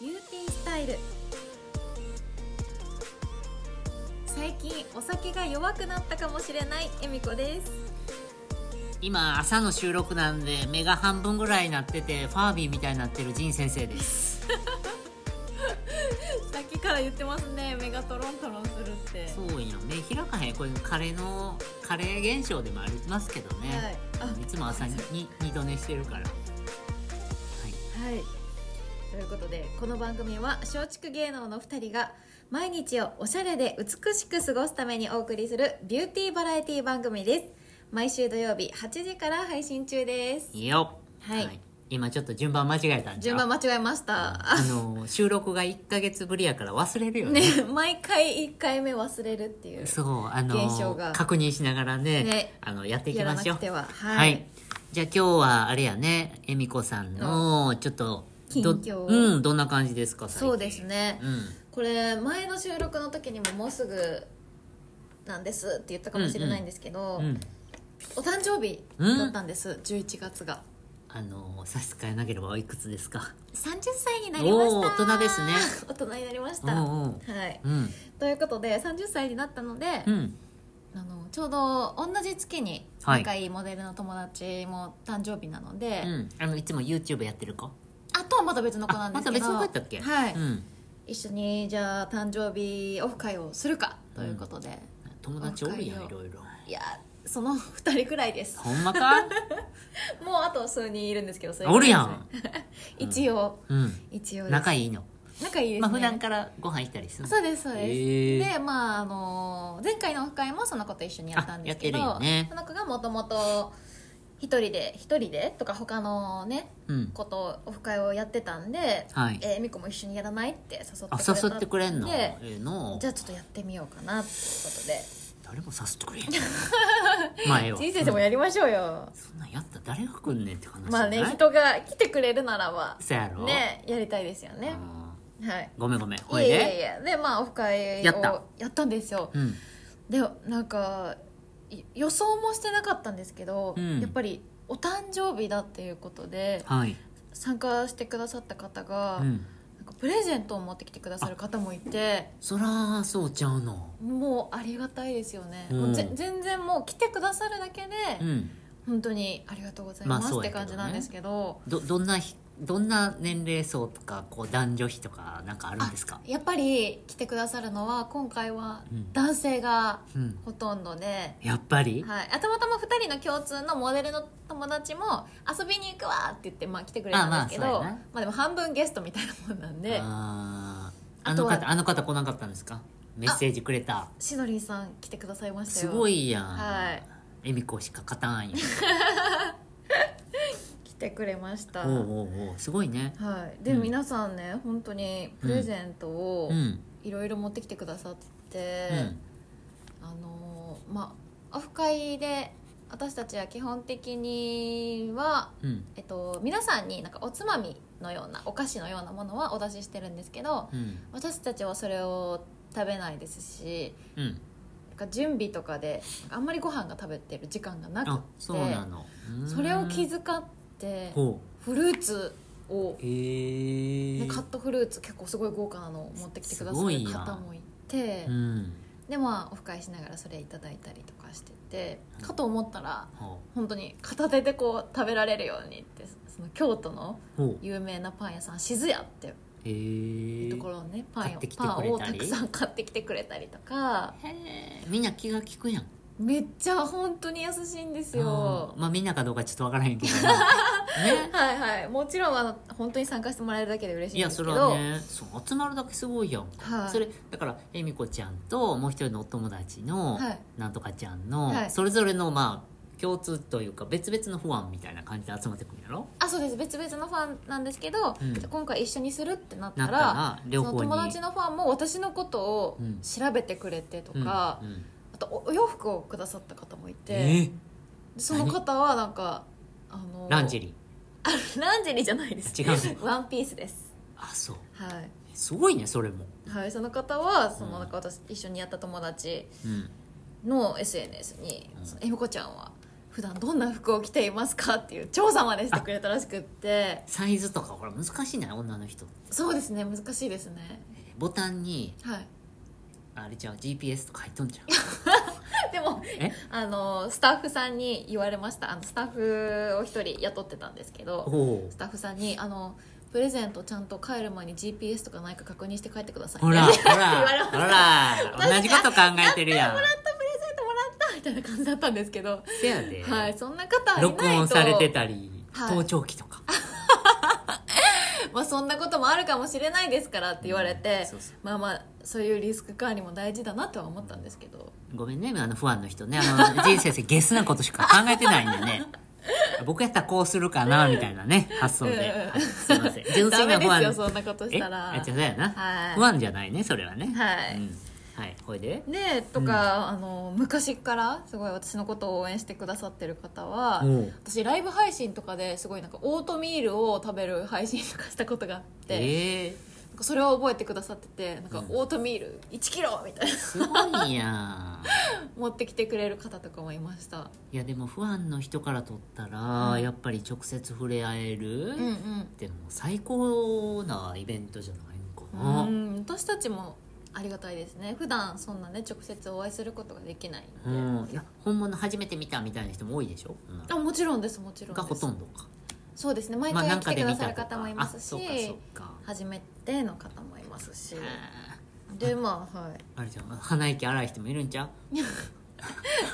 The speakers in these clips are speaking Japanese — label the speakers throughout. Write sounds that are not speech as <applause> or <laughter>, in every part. Speaker 1: ビューティースタイル最近お酒が弱くなったかもしれないえみこです
Speaker 2: 今朝の収録なんで目が半分ぐらいになっててファービーみたいになってる仁先生です
Speaker 1: さっきから言ってますね目がトロントロンするって
Speaker 2: そうやん目開かへんこれカレーのカレー現象でもありますけどね、
Speaker 1: はいあ
Speaker 2: い、つも朝にに二度寝してるからはい
Speaker 1: はいということでこの番組は松竹芸能の2人が毎日をおしゃれで美しく過ごすためにお送りするビューティーバラエティ番組です毎週土曜日8時から配信中です
Speaker 2: いいよ
Speaker 1: はい
Speaker 2: 今ちょっと順番間違えたんじゃ
Speaker 1: 順番間違えました
Speaker 2: あの収録が1か月ぶりやから忘れるよね
Speaker 1: <laughs> ね毎回1回目忘れるっていう
Speaker 2: そうあの
Speaker 1: 現象が
Speaker 2: 確認しながらね
Speaker 1: ね
Speaker 2: あのやっていき
Speaker 1: やら
Speaker 2: ま
Speaker 1: な
Speaker 2: しょう
Speaker 1: くてははい、
Speaker 2: はい、じゃあ今日はあれやね恵美子さんのちょっとど
Speaker 1: 近況
Speaker 2: うんどんな感じですか最近
Speaker 1: そうですね
Speaker 2: うん
Speaker 1: これ前の収録の時にももうすぐなんですって言ったかもしれないんですけど、
Speaker 2: うん
Speaker 1: お誕生日だったんです、11月が
Speaker 2: あの差し支えなければおいくつですか
Speaker 1: 30歳になりました
Speaker 2: おー <laughs> 大人ですね
Speaker 1: 大人になりまし
Speaker 2: う
Speaker 1: た、
Speaker 2: んうん
Speaker 1: はい
Speaker 2: うん
Speaker 1: ということで30歳になったので、
Speaker 2: うん
Speaker 1: あのちょうど同じ月に
Speaker 2: はい
Speaker 1: 仲いいモデルの友達も誕生日なので、
Speaker 2: うんあのいつも YouTube やってる子
Speaker 1: あとはまた別の子なんですけど
Speaker 2: あまた別の子やったっけ
Speaker 1: はい、
Speaker 2: うん
Speaker 1: 一緒にじゃあ誕生日オフ会をするかということで、
Speaker 2: 友達おるやん
Speaker 1: 若
Speaker 2: い
Speaker 1: いよ
Speaker 2: ろいろ
Speaker 1: いやその2人くらいです
Speaker 2: ほん
Speaker 1: <laughs>
Speaker 2: まか
Speaker 1: もうあと数人いるんですけどそれ
Speaker 2: おるやん
Speaker 1: <laughs> 一応、
Speaker 2: うん
Speaker 1: 一応です
Speaker 2: 仲いいの
Speaker 1: 仲いいですね、
Speaker 2: まあ普段からご飯行ったりする
Speaker 1: そうですそうです、
Speaker 2: へえ
Speaker 1: でまああの前回のオフ会もその子と一緒にやったんですけど
Speaker 2: あやってるよね
Speaker 1: その子がもともと一人で一人でとか他のね
Speaker 2: うん
Speaker 1: 子とオフ会をやってたんで、
Speaker 2: はい
Speaker 1: えーみこも一緒にやらないって誘って
Speaker 2: あ
Speaker 1: くれた
Speaker 2: 誘ってくれんのえ
Speaker 1: で
Speaker 2: えの
Speaker 1: じゃあちょっとやってみようかなってことで
Speaker 2: 誰も誘ってくれへん
Speaker 1: <laughs>
Speaker 2: まあええわ
Speaker 1: 人生でもやりましょうよ、
Speaker 2: そんなんやったら誰が来んねんって話じゃ
Speaker 1: ま
Speaker 2: な
Speaker 1: あ
Speaker 2: い
Speaker 1: ね人が来てくれるならば
Speaker 2: そやろ
Speaker 1: ねやりたいですよね
Speaker 2: うん
Speaker 1: はい
Speaker 2: ごめんごめん
Speaker 1: い
Speaker 2: ほ
Speaker 1: や
Speaker 2: い
Speaker 1: い
Speaker 2: で
Speaker 1: やいやでまあオフ会を
Speaker 2: やった
Speaker 1: やったんですよ
Speaker 2: うん
Speaker 1: でなんかい予想もしてなかったんですけど、
Speaker 2: うん
Speaker 1: やっぱりお誕生日だっていうことで
Speaker 2: はい
Speaker 1: 参加してくださった方が、
Speaker 2: うん
Speaker 1: なんかプレゼントを持ってきてくださる方もいて
Speaker 2: そらあそうちゃうの
Speaker 1: もうありがたいですよね、
Speaker 2: うん
Speaker 1: もうぜ全然もう来てくださるだけで、
Speaker 2: うん
Speaker 1: 本当にありがとうございます、
Speaker 2: まあそう
Speaker 1: って
Speaker 2: やけど
Speaker 1: 感じ
Speaker 2: ね
Speaker 1: なんですけど
Speaker 2: どどんなひどんな年齢層とかこう男女比とかなんかあるんですか
Speaker 1: やっぱり来てくださるのは今回は
Speaker 2: うん
Speaker 1: 男性が
Speaker 2: うん
Speaker 1: ほとんどで、
Speaker 2: やっぱり
Speaker 1: はい、あたまたま2人の共通のモデルの友達も遊びに行くわって言って、まあ、来てくれたんですけど
Speaker 2: あ
Speaker 1: ま
Speaker 2: ま
Speaker 1: あ
Speaker 2: あそうやな
Speaker 1: でも半分ゲストみたいなもんなんで
Speaker 2: あーあ
Speaker 1: あ
Speaker 2: の
Speaker 1: とは
Speaker 2: 方あの方来なかったんですかメッセージくれた
Speaker 1: しのりんさん来てくださいました
Speaker 2: す
Speaker 1: よ
Speaker 2: ごいやん、
Speaker 1: はい
Speaker 2: 恵美子しか勝たんや
Speaker 1: 来てくれました
Speaker 2: おうおうおうすごいね
Speaker 1: はい、で、
Speaker 2: うん
Speaker 1: 皆さんね本当にプレゼントを
Speaker 2: うん
Speaker 1: いろいろ持ってきてくださって、
Speaker 2: うん
Speaker 1: あのーまあオフ会で私たちは基本的には、
Speaker 2: うん
Speaker 1: えっと、皆さんになんかおつまみのようなお菓子のようなものはお出ししてるんですけど、
Speaker 2: うん
Speaker 1: 私たちはそれを食べないですし
Speaker 2: うん
Speaker 1: なんか準備とかであんまりご飯が食べてる時間がなく
Speaker 2: あ
Speaker 1: て
Speaker 2: そうなのうーん
Speaker 1: それを気遣って
Speaker 2: ほ
Speaker 1: フルーツを
Speaker 2: う、へえ
Speaker 1: ね、カットフルーツ結構すごい豪華なのを持ってきてくださ
Speaker 2: すご
Speaker 1: る
Speaker 2: いやん
Speaker 1: 方もいて
Speaker 2: うん
Speaker 1: でまあオフ会しながらそれいただいたりとかしててかと思ったら
Speaker 2: ほ
Speaker 1: 本当に片手でこう食べられるようにってその京都の
Speaker 2: うほう
Speaker 1: 有名なパン屋さんしずやって
Speaker 2: へえ
Speaker 1: いうところのねパン
Speaker 2: 買っ
Speaker 1: を
Speaker 2: てきてくれ
Speaker 1: パ
Speaker 2: たり
Speaker 1: ンをたくさん買ってきてくれたりとか
Speaker 2: みんな気が利くやん
Speaker 1: めっちゃ本当に優しいんですよ
Speaker 2: あーまあみんなかどうかちょっとわからへんけど
Speaker 1: <laughs>
Speaker 2: ね
Speaker 1: はいはいもちろんあの本当に参加してもらえるだけで嬉し
Speaker 2: い
Speaker 1: いん
Speaker 2: や
Speaker 1: です
Speaker 2: そ
Speaker 1: け
Speaker 2: れ
Speaker 1: ど
Speaker 2: はねそう集まるだけすごいやん
Speaker 1: はい
Speaker 2: それだから恵美子ちゃんともう一人のお友達の
Speaker 1: はい
Speaker 2: なんとかちゃんの、
Speaker 1: はい
Speaker 2: それぞれのまあ共通というか別々の不安みたいな感じで集まってくるんやろ
Speaker 1: あそうです別々のファンなんですけど、
Speaker 2: うん
Speaker 1: 今回一緒にするってなった
Speaker 2: な
Speaker 1: ら
Speaker 2: ったら両
Speaker 1: その
Speaker 2: 方に
Speaker 1: 友達のファンも私のことを
Speaker 2: うん
Speaker 1: 調べてくれてとか、
Speaker 2: うんうん
Speaker 1: あとおお洋服をくださった方もいて、
Speaker 2: え
Speaker 1: その方はなんかあの
Speaker 2: ランジェ
Speaker 1: リ
Speaker 2: リー
Speaker 1: ーランジェリーじゃないです
Speaker 2: 違う
Speaker 1: ワンピースです
Speaker 2: あそう
Speaker 1: は
Speaker 2: すごいねそれも、
Speaker 1: い、はい、その方はそ
Speaker 2: うん
Speaker 1: のなんか私一緒にやった友達
Speaker 2: うん、
Speaker 1: の SNS に
Speaker 2: う
Speaker 1: 「
Speaker 2: ん
Speaker 1: そのえみこちゃんは普普段どんな服を着ていますかっていう調査までしてくれたらしくって
Speaker 2: サイズとかほら難しいんだよ女の人
Speaker 1: そうですね難しいですね
Speaker 2: ボタンに
Speaker 1: はい <laughs>
Speaker 2: あれじゃん GPS とか入っとんじゃん
Speaker 1: でも
Speaker 2: え
Speaker 1: あのスタッフさんに言われましたあのスタッフを一人雇ってたんですけど
Speaker 2: おお
Speaker 1: スタッフさんにあのプレゼントちゃんと帰る前に GPS とかないか確認して帰ってください <laughs>
Speaker 2: ほら
Speaker 1: プレゼ
Speaker 2: ほら
Speaker 1: われまし
Speaker 2: ほら同じこと考えてるやん
Speaker 1: ントもらったみたいな感じだったんですけど、
Speaker 2: せやで、
Speaker 1: はいそんな方はいないと
Speaker 2: 録音されてたり
Speaker 1: はい
Speaker 2: 盗聴器とか
Speaker 1: まあ、そんなこともあるかもしれないですからって言われて、
Speaker 2: うんそうそう
Speaker 1: まあまあそういうリスク管理も大事だなとは思ったんですけど
Speaker 2: ごめんねあのファンの人ねあの人生でゲスなことしか考えてないんで
Speaker 1: <laughs>
Speaker 2: ね僕やったらこうするかなみたいなね発想で、
Speaker 1: うんうん
Speaker 2: はいすいません
Speaker 1: <laughs>
Speaker 2: 純
Speaker 1: ダ
Speaker 2: 粋
Speaker 1: メ
Speaker 2: な
Speaker 1: で
Speaker 2: 不安
Speaker 1: すよそんなことしたら
Speaker 2: えあ違うだよな、
Speaker 1: はい
Speaker 2: 不安じゃないねそれはね
Speaker 1: はい
Speaker 2: うん、はいほいで
Speaker 1: でとか、あの昔からすごい私のことを応援してくださってる方は、
Speaker 2: おう
Speaker 1: 私ライブ配信とかですごいなんかオートミールを食べる配信とかしたことがあって、
Speaker 2: ええ
Speaker 1: なんかそれを覚えてくださっててなんか
Speaker 2: うん
Speaker 1: オートミール1キロみたいな
Speaker 2: すごいやん
Speaker 1: <laughs> 持ってきてくれる方とかもいました
Speaker 2: いやでもファンの人からとったら、
Speaker 1: うん
Speaker 2: やっぱり直接触れ合え
Speaker 1: う
Speaker 2: る、
Speaker 1: ん
Speaker 2: でも最高なイベントじゃないの
Speaker 1: う
Speaker 2: かな、
Speaker 1: んうん私たちもありがたいですね普段そんなね直接お会いすることができない
Speaker 2: うん
Speaker 1: で、
Speaker 2: いや本物初めて見たみたいな人も多いでしょ、う
Speaker 1: あ
Speaker 2: ん
Speaker 1: もちろんですもちろんで
Speaker 2: が
Speaker 1: す
Speaker 2: ほとんどか
Speaker 1: そうですね毎
Speaker 2: まあな
Speaker 1: 回
Speaker 2: ん
Speaker 1: 来
Speaker 2: か
Speaker 1: て
Speaker 2: で
Speaker 1: くだ
Speaker 2: 見
Speaker 1: さ
Speaker 2: た
Speaker 1: る
Speaker 2: とか
Speaker 1: 方もいますし、
Speaker 2: あそうかそうか
Speaker 1: 初めての方もいますし
Speaker 2: あ
Speaker 1: でまあはい
Speaker 2: ーあれじゃん鼻息荒い人もいるんちゃう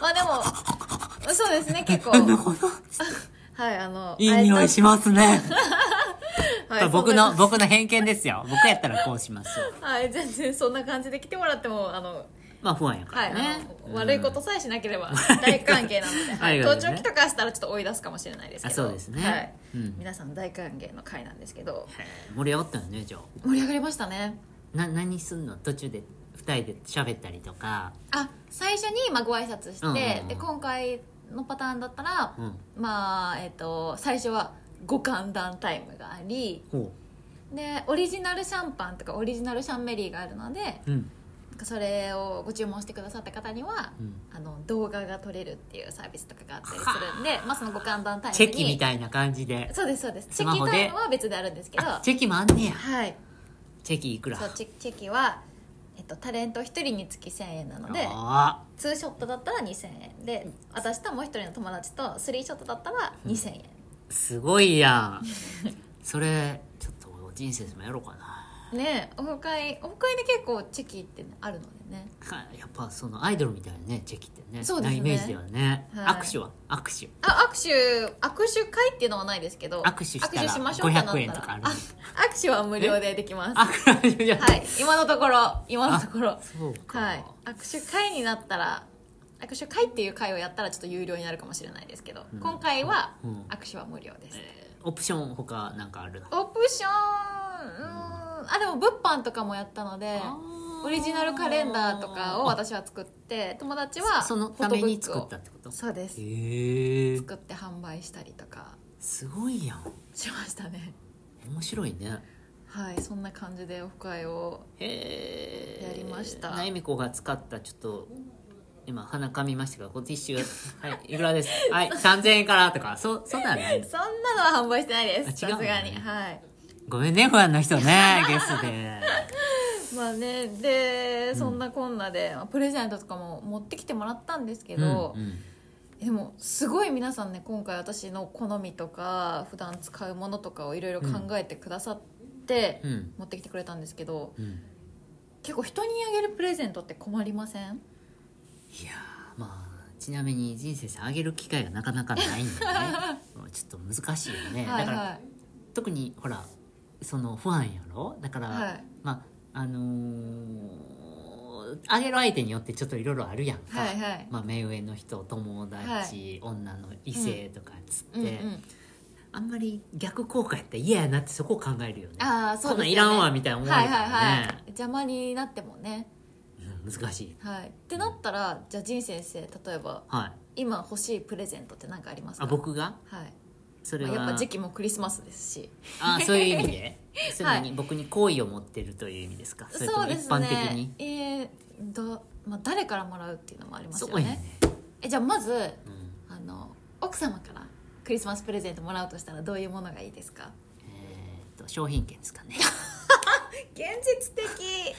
Speaker 1: まあでもそうです
Speaker 2: <laughs>
Speaker 1: ね結構
Speaker 2: なるほど
Speaker 1: はいあの
Speaker 2: いい匂いします <laughs> ね
Speaker 1: はいそんな
Speaker 2: 僕の僕の偏見ですよ僕やったらこうしますよ
Speaker 1: はい全然そんな感じで来てもらってもあの
Speaker 2: まあ不安やか
Speaker 1: は
Speaker 2: ら
Speaker 1: い、
Speaker 2: ね、
Speaker 1: あ
Speaker 2: うん
Speaker 1: の悪いことさえしなければ大歓迎な
Speaker 2: <laughs>
Speaker 1: ので、は
Speaker 2: はい
Speaker 1: い、
Speaker 2: はい
Speaker 1: 盗聴器とかしたらちょっと追い出すかもしれないですけど
Speaker 2: あそうですね
Speaker 1: はい
Speaker 2: うん
Speaker 1: 皆さん大歓迎の会なんですけど
Speaker 2: へー盛り上がったよねじゃあ
Speaker 1: 盛り上がりましたね
Speaker 2: な何すんの途中で二人で喋ったりとか
Speaker 1: あ最初にまあご挨拶して、
Speaker 2: うんうんうん
Speaker 1: で今回のパターンだったら、
Speaker 2: うん
Speaker 1: まあえっ、と最初は五感談タイムがあり
Speaker 2: ほ
Speaker 1: でオリジナルシャンパンとかオリジナルシャンメリーがあるので
Speaker 2: ううん
Speaker 1: なんかそれをご注文してくださった方には、
Speaker 2: うん
Speaker 1: あの動画が撮れるっていうサービスとかがあったりするんで、まあ、そのご勘談タイムに
Speaker 2: チェキみたいな感じで
Speaker 1: そうですそうですチ
Speaker 2: ス
Speaker 1: ェ
Speaker 2: マ
Speaker 1: キ
Speaker 2: ホで
Speaker 1: タイムは別であるんですけど
Speaker 2: あ
Speaker 1: は
Speaker 2: チェキもあんねや
Speaker 1: い
Speaker 2: チェキいくら
Speaker 1: そうチェチェキは、えっと、タレント1人につき1000円なので
Speaker 2: あ
Speaker 1: ツーショットだったら2000円で私ともう1人の友達とスリーショットだったら2000円、
Speaker 2: ーすごいやん <laughs> それちょっと人生でもやろうかな <laughs>
Speaker 1: ねえオフ会オフ会で結構チェキって、ね、あるのでね
Speaker 2: はやっぱそのアイドルみたいなねチェキってね
Speaker 1: そうですね
Speaker 2: なイメージではね、
Speaker 1: はい
Speaker 2: 握手は握手
Speaker 1: あ握手握手会っていうのはないですけど
Speaker 2: 握手したら
Speaker 1: 握手しましょうってなったら
Speaker 2: 500円とかある
Speaker 1: あ <laughs> 握手は無料でできます
Speaker 2: あ握手じゃ
Speaker 1: はい今のところ今のところ
Speaker 2: そうか、
Speaker 1: はい握手会になったら握手会っていう会をやったらちょっと有料になるかもしれないですけど、
Speaker 2: うん
Speaker 1: 今回は
Speaker 2: うん
Speaker 1: 握手は無料です、
Speaker 2: オプション他なんかある
Speaker 1: オプションうーんあでも物販とかもやったのでオリジナルカレンダーとかを
Speaker 2: あ
Speaker 1: 私は作って友達は
Speaker 2: その
Speaker 1: フ
Speaker 2: た
Speaker 1: ォト
Speaker 2: め
Speaker 1: ブッ
Speaker 2: に
Speaker 1: ク
Speaker 2: 作っ
Speaker 1: を
Speaker 2: たってこと
Speaker 1: そうです
Speaker 2: へえ
Speaker 1: 作って販売したりとか
Speaker 2: すごいやん
Speaker 1: しました
Speaker 2: <laughs>
Speaker 1: ね
Speaker 2: 面白いね
Speaker 1: はいそんな感じでオフ会を
Speaker 2: へえ
Speaker 1: やりました
Speaker 2: なゆみこが使ったちょっと今鼻かみましたがこうティッシュがはいいくらです <laughs> はい3000円からとかそそんなんない
Speaker 1: そんなのは販売してないです
Speaker 2: あ
Speaker 1: さ
Speaker 2: 違
Speaker 1: す
Speaker 2: うのね
Speaker 1: がにはい
Speaker 2: ごめんね不安の
Speaker 1: <laughs>
Speaker 2: 人ねゲスで
Speaker 1: まあねでそんなこんなで、まあプレゼントとかも持ってきてもらったんですけど、
Speaker 2: うんうん
Speaker 1: でもすごい皆さんね今回私の好みとか普段使うものとかをいろいろ考えてくださって、
Speaker 2: うん
Speaker 1: 持ってきてくれたんですけど
Speaker 2: うん
Speaker 1: 結構人にあげるプレゼントって困りません
Speaker 2: いやーまあちなみに人生さんあげる機会がなかなかないんでね
Speaker 1: <laughs>
Speaker 2: もうちょっと難しいよねだか
Speaker 1: は
Speaker 2: ら、
Speaker 1: いは
Speaker 2: 特にほらその不安やろだから、
Speaker 1: はい
Speaker 2: まああのーあげる相手によってちょっといろいろあるやん
Speaker 1: い
Speaker 2: か、
Speaker 1: はいはい
Speaker 2: まあ、目上の人友達、女の異性とかっつって、
Speaker 1: うんうん
Speaker 2: あんまり逆効果やったら嫌やなってそこを考えるよね
Speaker 1: ああそ
Speaker 2: こ
Speaker 1: うん
Speaker 2: な
Speaker 1: ですよね
Speaker 2: んいらんわみたいな思うか
Speaker 1: は
Speaker 2: ら
Speaker 1: い
Speaker 2: ね、
Speaker 1: はいはい邪魔になってもね
Speaker 2: うん難しい
Speaker 1: はいってなったらじゃあ仁先生例えば
Speaker 2: はい
Speaker 1: 今欲しいプレゼントって何かありますか
Speaker 2: あ僕が
Speaker 1: はい
Speaker 2: それ
Speaker 1: ま
Speaker 2: は、
Speaker 1: あ、やっぱ時期もクリスマスですし
Speaker 2: あそういう意味
Speaker 1: <laughs>
Speaker 2: でそれに僕に好意を持ってるという意味ですかそれとも一般的に
Speaker 1: えーどまあ、誰からもらうっていうのもあります
Speaker 2: そ
Speaker 1: よ
Speaker 2: うやね
Speaker 1: ねえじゃあまず
Speaker 2: うん
Speaker 1: あの奥様からクリスマスプレゼントもらうとしたらどういうものがいいですか
Speaker 2: えーっと商品券です
Speaker 1: <laughs>
Speaker 2: かね
Speaker 1: 現実的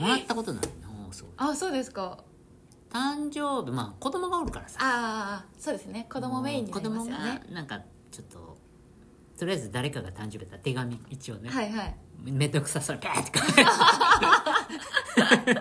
Speaker 2: もらったことないのそう
Speaker 1: あそうですか
Speaker 2: 誕生日まあ子供がおるからさ
Speaker 1: ああそうですね子供メインになりますよ
Speaker 2: 子供
Speaker 1: ね
Speaker 2: がなんかちょっととりあえず誰かが誕生日だったら手紙一応ね、
Speaker 1: はいはい
Speaker 2: めんどくさそうにパーっ
Speaker 1: <laughs>
Speaker 2: て書いて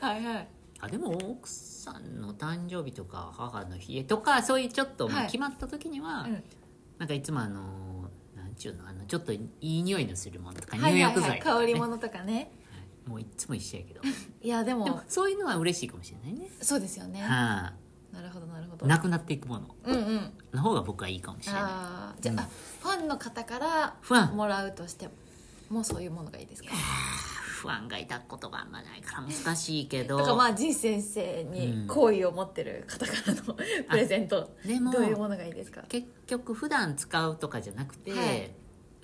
Speaker 1: はいはい
Speaker 2: あでも奥さんの誕生日とか母の日とかそういうちょっともう
Speaker 1: はい
Speaker 2: 決まった時には、
Speaker 1: うん
Speaker 2: なんかいつもあのなんちゅうのあのちょっといい匂いのするものとか
Speaker 1: は
Speaker 2: 入
Speaker 1: いは
Speaker 2: 浴
Speaker 1: いはい
Speaker 2: 剤とか、ね
Speaker 1: 香り物とかね
Speaker 2: はいもういっつも一緒や
Speaker 1: <laughs>
Speaker 2: けど
Speaker 1: いやでも
Speaker 2: でもそういうのは嬉しいかもしれないね、
Speaker 1: そうですよね
Speaker 2: は
Speaker 1: なるほどなるほ
Speaker 2: あ、
Speaker 1: ど
Speaker 2: なくなっていくもの
Speaker 1: うんうん
Speaker 2: の方が僕はいいかもしれない
Speaker 1: あーじゃあ,、
Speaker 2: うん
Speaker 1: あファンの方から
Speaker 2: ファン
Speaker 1: もらうとしてもそういうものがいいですか
Speaker 2: 不安がいたことがあんまないから難しいけ
Speaker 1: <laughs> とか
Speaker 2: ど
Speaker 1: まあ仁先生に好意を持ってる方からのプレゼント、
Speaker 2: でも
Speaker 1: どういうものがいいですか
Speaker 2: 結局普段使うとかじゃなくて、
Speaker 1: はい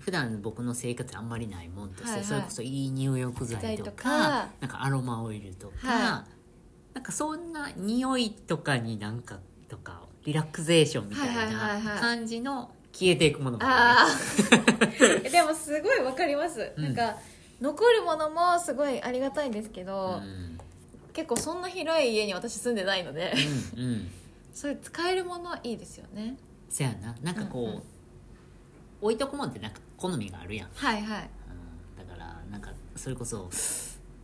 Speaker 2: 普段僕の生活あんまりないもんとして、
Speaker 1: はいはい
Speaker 2: それこそいい入浴剤とか
Speaker 1: 剤とか
Speaker 2: なんかアロマオイルとか、
Speaker 1: は
Speaker 2: なんかそんな匂いとかになんかとかリラクゼーションみたい
Speaker 1: はいはいはいは
Speaker 2: ない感じの消えていくものもあ
Speaker 1: あ
Speaker 2: <laughs>
Speaker 1: あでもすごいわかります、
Speaker 2: うん
Speaker 1: なんか残るものもすごいありがたいんですけ
Speaker 2: る
Speaker 1: ど、
Speaker 2: ね
Speaker 1: 結構そんな広い家に私住んでないので
Speaker 2: うんうんうん
Speaker 1: そういう使えるものはいいですよね
Speaker 2: そやななんかこう、
Speaker 1: うんうん
Speaker 2: 置いとくもんってなんか好みがあるやん
Speaker 1: はいはい
Speaker 2: うんだからなんかそれこそ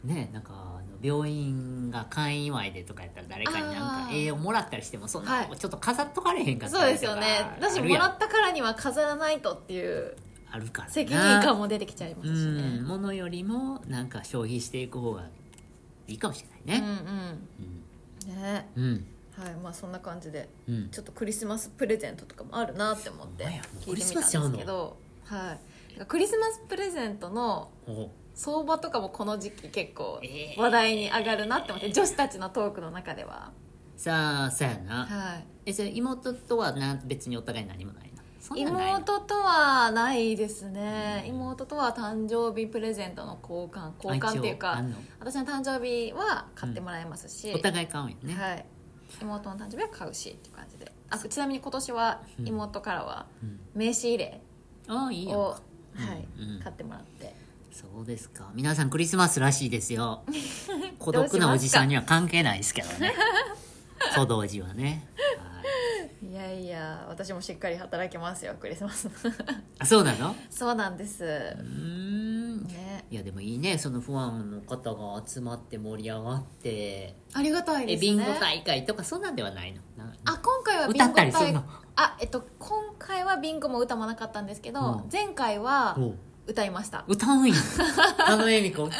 Speaker 2: ねなんかあの病院が会員祝いでとかやったら誰かになん
Speaker 1: あ
Speaker 2: か
Speaker 1: ー
Speaker 2: 栄養もらったりしてもそんな、
Speaker 1: はい
Speaker 2: ちょっと飾っとかれへんかった
Speaker 1: そう
Speaker 2: り
Speaker 1: で
Speaker 2: と
Speaker 1: すよ
Speaker 2: か
Speaker 1: ね
Speaker 2: あ
Speaker 1: 私
Speaker 2: る
Speaker 1: も
Speaker 2: やん
Speaker 1: らったからには飾らないとっていう
Speaker 2: あるからな
Speaker 1: 責任感も出てきちゃいますしね
Speaker 2: うんものよりもなんか消費していく方がいいかもしれ
Speaker 1: う
Speaker 2: なんいね
Speaker 1: うんね
Speaker 2: うんうん
Speaker 1: はいまあそんな感じで
Speaker 2: うん、
Speaker 1: ちょっとクリスマスプレゼントとかもあるなって思って
Speaker 2: ほんまや
Speaker 1: 聞いてみたんですけ
Speaker 2: クリスマスちゃう
Speaker 1: ど、はい、なんかクリスマスプレゼントの
Speaker 2: お
Speaker 1: 相場とかもこの時期結構
Speaker 2: えー
Speaker 1: 話題に上がるなって思って、女子たちのトークの中では、
Speaker 2: さあさやな、
Speaker 1: は、
Speaker 2: えそれ妹とはな別にお互い何もないないそんなんないの
Speaker 1: 妹とはないですね、
Speaker 2: うん
Speaker 1: 妹とは誕生日プレゼントの交換
Speaker 2: あ
Speaker 1: 交換っていう
Speaker 2: 一応あ
Speaker 1: か
Speaker 2: んの
Speaker 1: 私の誕生日は買ってもらえますし、
Speaker 2: お互い買うんよね、
Speaker 1: はい、妹の誕生日は買うしっていう感じであちなみに今年は妹からは
Speaker 2: うん、
Speaker 1: 名刺入れ
Speaker 2: ああいい
Speaker 1: を、
Speaker 2: よ
Speaker 1: はい
Speaker 2: うんうん
Speaker 1: 買ってもらって
Speaker 2: そうですか皆さんクリスマスらしいで
Speaker 1: <laughs>
Speaker 2: すよ孤独なおじさんには関係ないですけどね小道寺はね、はい、
Speaker 1: いやいや私もしっかり働きますよクリスマス
Speaker 2: <laughs> あそうなの
Speaker 1: そうなんです
Speaker 2: うーん
Speaker 1: ね
Speaker 2: いやでもいいねそのファンの方が集まって盛り上がって
Speaker 1: ありがたい
Speaker 2: え
Speaker 1: ですね
Speaker 2: ビンゴ大会とかそんなんではないのな
Speaker 1: あ今回はビンゴ
Speaker 2: 歌ったりする
Speaker 1: 大
Speaker 2: の
Speaker 1: あえっと今回はビンゴも歌もなかったんですけど、
Speaker 2: うん
Speaker 1: 前回は
Speaker 2: おう
Speaker 1: 歌いました
Speaker 2: 歌う
Speaker 1: <laughs>
Speaker 2: んやあの恵美子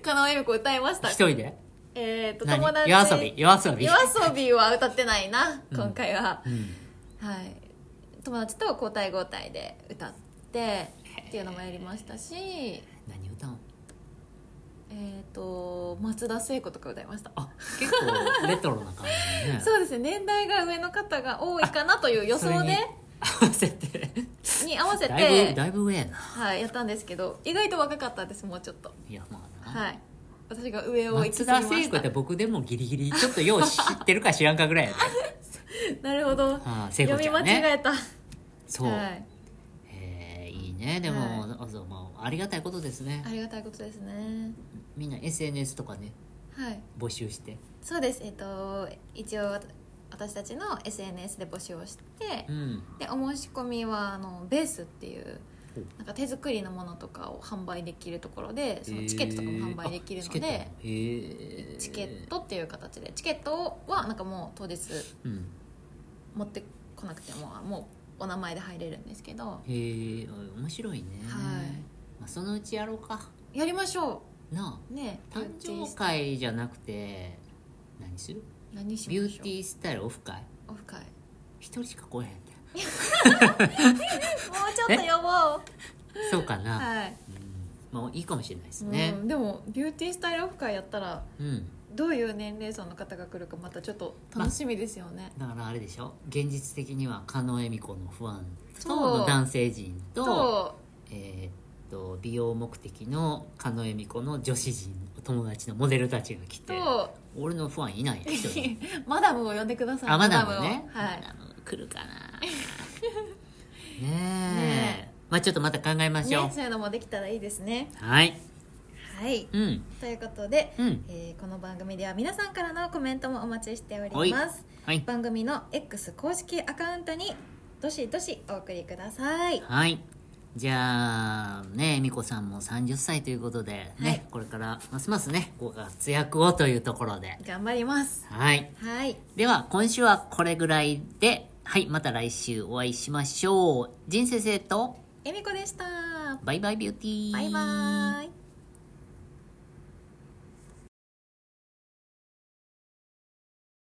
Speaker 1: 加納恵美子歌いました
Speaker 2: 一人で
Speaker 1: えっと <laughs>
Speaker 2: 何
Speaker 1: 友達
Speaker 2: 夜遊び夜遊び
Speaker 1: 夜遊びは歌ってないな
Speaker 2: うん
Speaker 1: 今回は、
Speaker 2: うん
Speaker 1: はい、友達と交代交代で歌ってっていうのもやりましたし、え
Speaker 2: 何歌うん
Speaker 1: ー、と松田聖子とか歌いました
Speaker 2: あ結構レトロな感じだ
Speaker 1: <laughs>
Speaker 2: ね
Speaker 1: そうですね年代が上の方が多いかなという予想で
Speaker 2: 合わせて
Speaker 1: に合わせ
Speaker 2: だいぶ
Speaker 1: て、
Speaker 2: だいぶ上やな
Speaker 1: はい、やったんですけど意外と若かったですもうちょっと
Speaker 2: いやまあな、
Speaker 1: はい私が上を行き
Speaker 2: 松
Speaker 1: 過
Speaker 2: 田
Speaker 1: ぎま
Speaker 2: 聖
Speaker 1: し
Speaker 2: 子ったて僕でもギリギリちょっとよう知ってるか知らんか
Speaker 1: <laughs>
Speaker 2: ぐらいやで
Speaker 1: なるほど、
Speaker 2: ああ聖子
Speaker 1: 読
Speaker 2: ち
Speaker 1: み
Speaker 2: ゃ
Speaker 1: 間
Speaker 2: んね
Speaker 1: 違えた、
Speaker 2: そう、
Speaker 1: はい、
Speaker 2: えーいいねでも、あそうまあ、ありがたいことですね
Speaker 1: ありがたいことですね
Speaker 2: みんな SNS とかね
Speaker 1: はい
Speaker 2: 募集して
Speaker 1: そうですえっ、と一応私たちの SNS で募集をして、
Speaker 2: うん
Speaker 1: でお申し込みはあのベースっていう
Speaker 2: ほう
Speaker 1: なんか手作りのものとかを販売できるところでそのチケットとかも販売できるので、
Speaker 2: えーあ
Speaker 1: チ
Speaker 2: チ
Speaker 1: ケ
Speaker 2: ケットもへー
Speaker 1: ットっていう形でチケットはなんかもう当日
Speaker 2: うん
Speaker 1: 持ってこなくてももうお名前で入れるんですけど
Speaker 2: へえ面白いね、
Speaker 1: はい
Speaker 2: まあ、そのうちやろうか
Speaker 1: やりましょ
Speaker 2: な
Speaker 1: うね
Speaker 2: あ誕生会じゃなくて何する
Speaker 1: 何しま
Speaker 2: ビ
Speaker 1: しょう
Speaker 2: ューティースタイルオフ会
Speaker 1: オフ会も
Speaker 2: 一人しか来えへんて
Speaker 1: うちょっと呼ぼう
Speaker 2: そうかな、
Speaker 1: はい、
Speaker 2: うん、まあいいかもしれないですね
Speaker 1: うんでもビューティースタイルオフ会やったら
Speaker 2: うん、
Speaker 1: どういう年齢層の方が来るかまたちょっと楽しみですよね、
Speaker 2: だからあれでしょ現実的には狩野恵美子のファンと
Speaker 1: そう
Speaker 2: の男性陣と
Speaker 1: と
Speaker 2: えーっと美容目的の狩野恵美子の女子人友達のモデルたちが来て
Speaker 1: と
Speaker 2: 俺のファンいないよ一
Speaker 1: <laughs>
Speaker 2: 人
Speaker 1: マダムを呼んでください
Speaker 2: あマダムね
Speaker 1: をはい
Speaker 2: マダム来る
Speaker 1: <laughs>
Speaker 2: かなねえ
Speaker 1: ね
Speaker 2: まあちょっとまた考えましょう、
Speaker 1: ね、そういうのもできたらいいですね
Speaker 2: はい
Speaker 1: はい
Speaker 2: うん
Speaker 1: ということで、
Speaker 2: うん
Speaker 1: えーこの番組では皆さんからのコメントもお待ちしてお
Speaker 2: は
Speaker 1: り
Speaker 2: い
Speaker 1: ます
Speaker 2: はい
Speaker 1: 番組の X 公式アカウントにどしどしお送りください
Speaker 2: はいじゃあねえ美子さんも30歳ということでね、
Speaker 1: はい
Speaker 2: これからますますねご活躍をというところで
Speaker 1: 頑張ります
Speaker 2: はい
Speaker 1: はい
Speaker 2: では今週はこれぐらいではいまた来週お会いしましょう人生生徒
Speaker 1: えみこでした
Speaker 2: バイバイビューティー
Speaker 1: バイバーイ